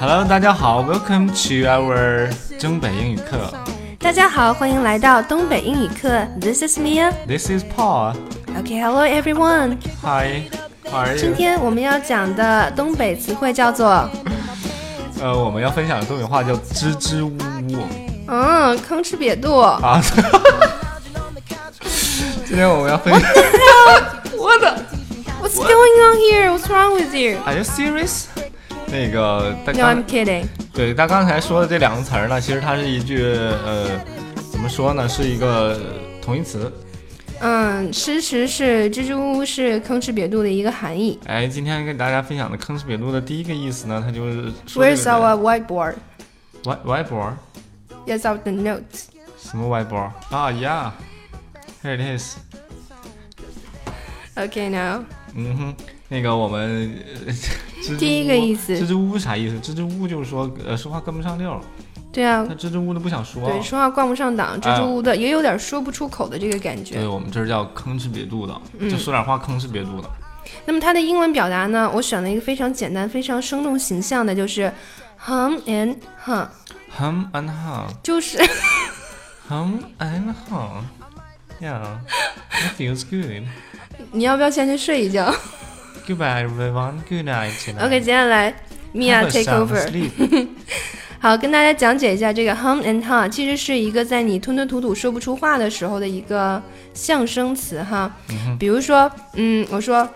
Hello，大家好，Welcome to our 东北英语课。大家好，欢迎来到东北英语课。This is Mia. This is Paul. OK, hello everyone. Hi, how are 今 you？天我们要讲的东北词汇叫做呃，我们要分享的东北话叫支支吾吾嗯，吭哧瘪肚。啊。 今天我们要 分享。我的，What's going on here? What's wrong with you? Are you serious？那个大 No, 刚 I'm kidding. 对他刚才说的这两个词儿呢，其实它是一句呃，怎么说呢，是一个同义词。嗯，诗词是支支吾吾是吭哧瘪肚的一个含义。哎，今天跟大家分享的吭哧瘪肚的第一个意思呢，它就是说这 Where's 个人 our whiteboard? Whi- whiteboard Yes, out the notes. 什么 whiteboard 啊，Yeah，here it is。 OK, now 嗯哼，那个我们呃支支吾第一个意思支支吾吾啥意思？支支吾吾就是说呃说话跟不上溜儿，对啊他，支支吾吾的不想说。啊对，说话冠不上档，支哎支吾吾的，也有点说不出口的这个感觉。对我们这儿叫吭哧瘪肚的，嗯就说点话吭哧瘪肚的。那么它的英文表达呢？我选了一个非常简单、非常生动形象的，就是 hum and hum， Hum and hum。就是 Hum and hum. Yeah, it feels good. 你要不要先去睡一觉 Goodbye, everyone. Good night. tonight. ？OK，接下来 Mia Have a take sound over。 sleep. 好，跟大家讲解一下这个 hum and hum，其实是一个在你吞吞吐吐说不出话的时候的一个象声词哈。比如说，嗯，我说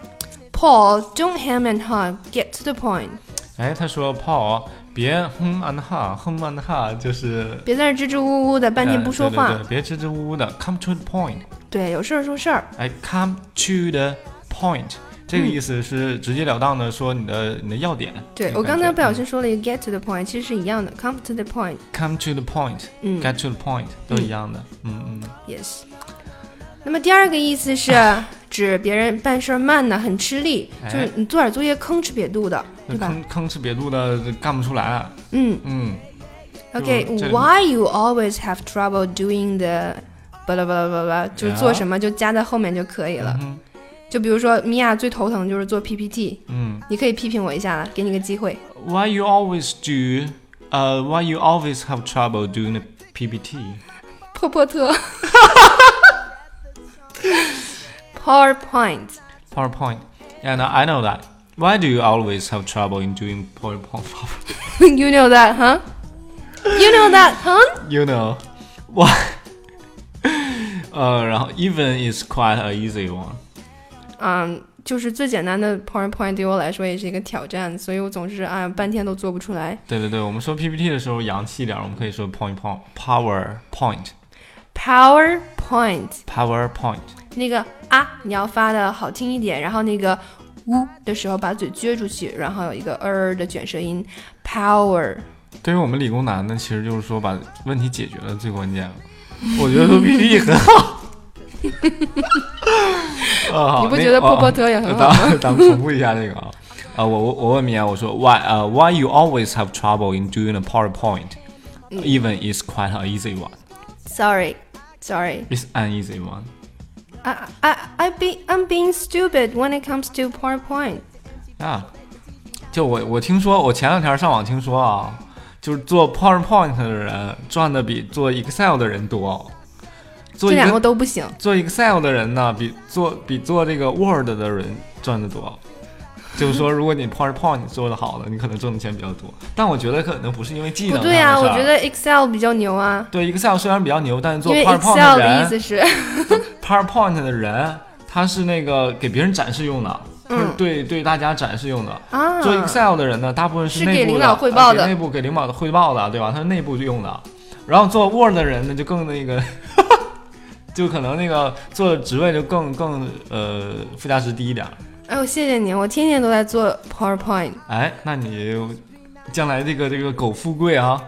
Paul don't hum and hum，get to the point，哎，他说 Paul，别 hum and hum，hum and hum 就是别在这儿支支吾吾的半天呃不说对对话。对别支支吾吾的。Come to the point. 对，有事儿说事儿。哎，come to the point，这个意思是直截了当的说你的你的要点。对这我个感刚才觉不小心说了一个 get to the point，其实是一样的，come to the point。 come to the point，get 嗯 to the point 都一样的。嗯嗯。 ，yes。那么第二个意 思是指别人办事儿慢呢，很吃力，哎就是你做点作业吭哧瘪肚的，对吧？吭吭哧瘪肚的干不出来，嗯嗯，就是这里，OK，Why you always have trouble doing the blah blah blah blah blah，就是做什么就加在后面就可以了。哎嗯就比如说，米娅最头疼就是做 PPT，嗯，你可以批评我一下了，给你个机会。 Why you always do? Uh, why you always have trouble doing the PPT? 破 破特，PowerPoint。 PowerPoint. And I know that. Why do you always have trouble in doing PowerPoint? You know that, huh? You know that, huh? you know, why? 呃，然后 even is quite a easy one. 嗯，就是最简单的 PowerPoint 对我来说也是一个挑战，所以我总是啊半天都做不出来。对对对，我们说 PPT 的时候洋气一点，我们可以说 point point power point PowerPoint power point。那个啊，你要发的好听一点，然后那个呜的时候把嘴撅出去，然后有一个呃的卷舌音。Power 对于我们理工男呢，其实就是说把问题解决了最关键了。我觉得说 PPT 很好。啊好你不那觉得哦波波特也很好咱咱们重复一下这个啊。啊，我我我问米娅，我说 Why 呃、Why you always have trouble in doing a PowerPoint? 嗯 Even is quite an easy one. Sorry, sorry. It's an easy one. I I I be I'm being stupid when it comes to PowerPoint. 啊，就我我听说，我前两天上网听说啊，就是做 PowerPoint 的人赚的比做 Excel 的人多。做这一两个都不行。做 Excel 的人呢，比做比做这个 Word 的人赚的多。就是说，如果你 PowerPoint 做的好了，你可能挣的钱比较多。但我觉得可能不是因为技不能对呀、啊，我觉得 Excel 比较牛啊，对 Excel 虽然比较牛，但是因做为 PowerPoint 的 Excel 的意人思是。 ，PowerPoint 的人他是那个给别人展示用的，嗯就是对对大家展示用的。啊，做 Excel 的人呢，大部分是内部的给领导汇报的呃给内部给领导汇报的，对吧？他是内部用的。然后做 Word 的人呢，就更那个， 就可能那个做的职位就更更呃附加值低一点儿。哎呦，谢谢你，我天天都在做 PowerPoint，哎，那你将来这个这个苟富贵啊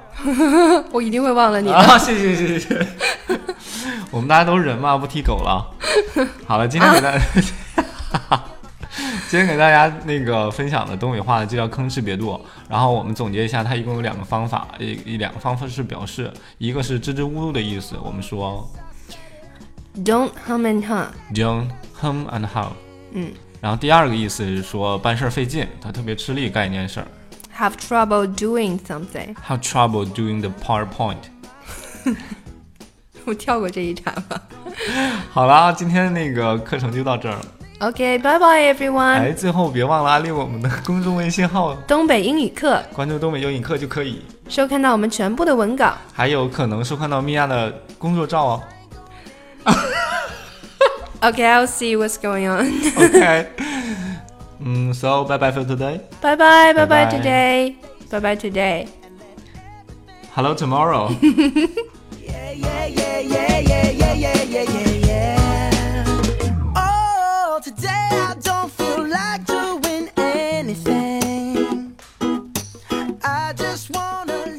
我一定会忘了你。啊！谢谢谢谢谢 谢，我们大家都是人嘛，不提狗了。好了，今天给大家。 今天给大家那个分享的东北话就叫吭哧别肚，然后我们总结一下，它一共有两个方法，一一两个方法是表示，一个是支支吾吾的意思，我们说 Don't hum and hum，Mm. don't hum and how，嗯，然后第二个意思是说办事儿费劲，他特别吃力干一件事儿， have trouble doing something。 have trouble doing the PowerPoint。我跳过这一茬吧。好啦，今天那个课程就到这儿了。 OK，bye bye everyone。哎，最后别忘了安利我们的公众微信号，东北英语课 关注东北优影课就可以。收看到我们全部的文稿。还有可能收看到米娅的工作照哦。 OK，I'll、see what's going on。 OK，嗯，So bye bye for today. bye bye Bye bye bye bye. today。bye bye today。 Hello tomorrow. Yeah, yeah, yeah, yeah, yeah, yeah, yeah, yeah, yeah, yeah. Oh, today I don't feel like doing anything. I just wanna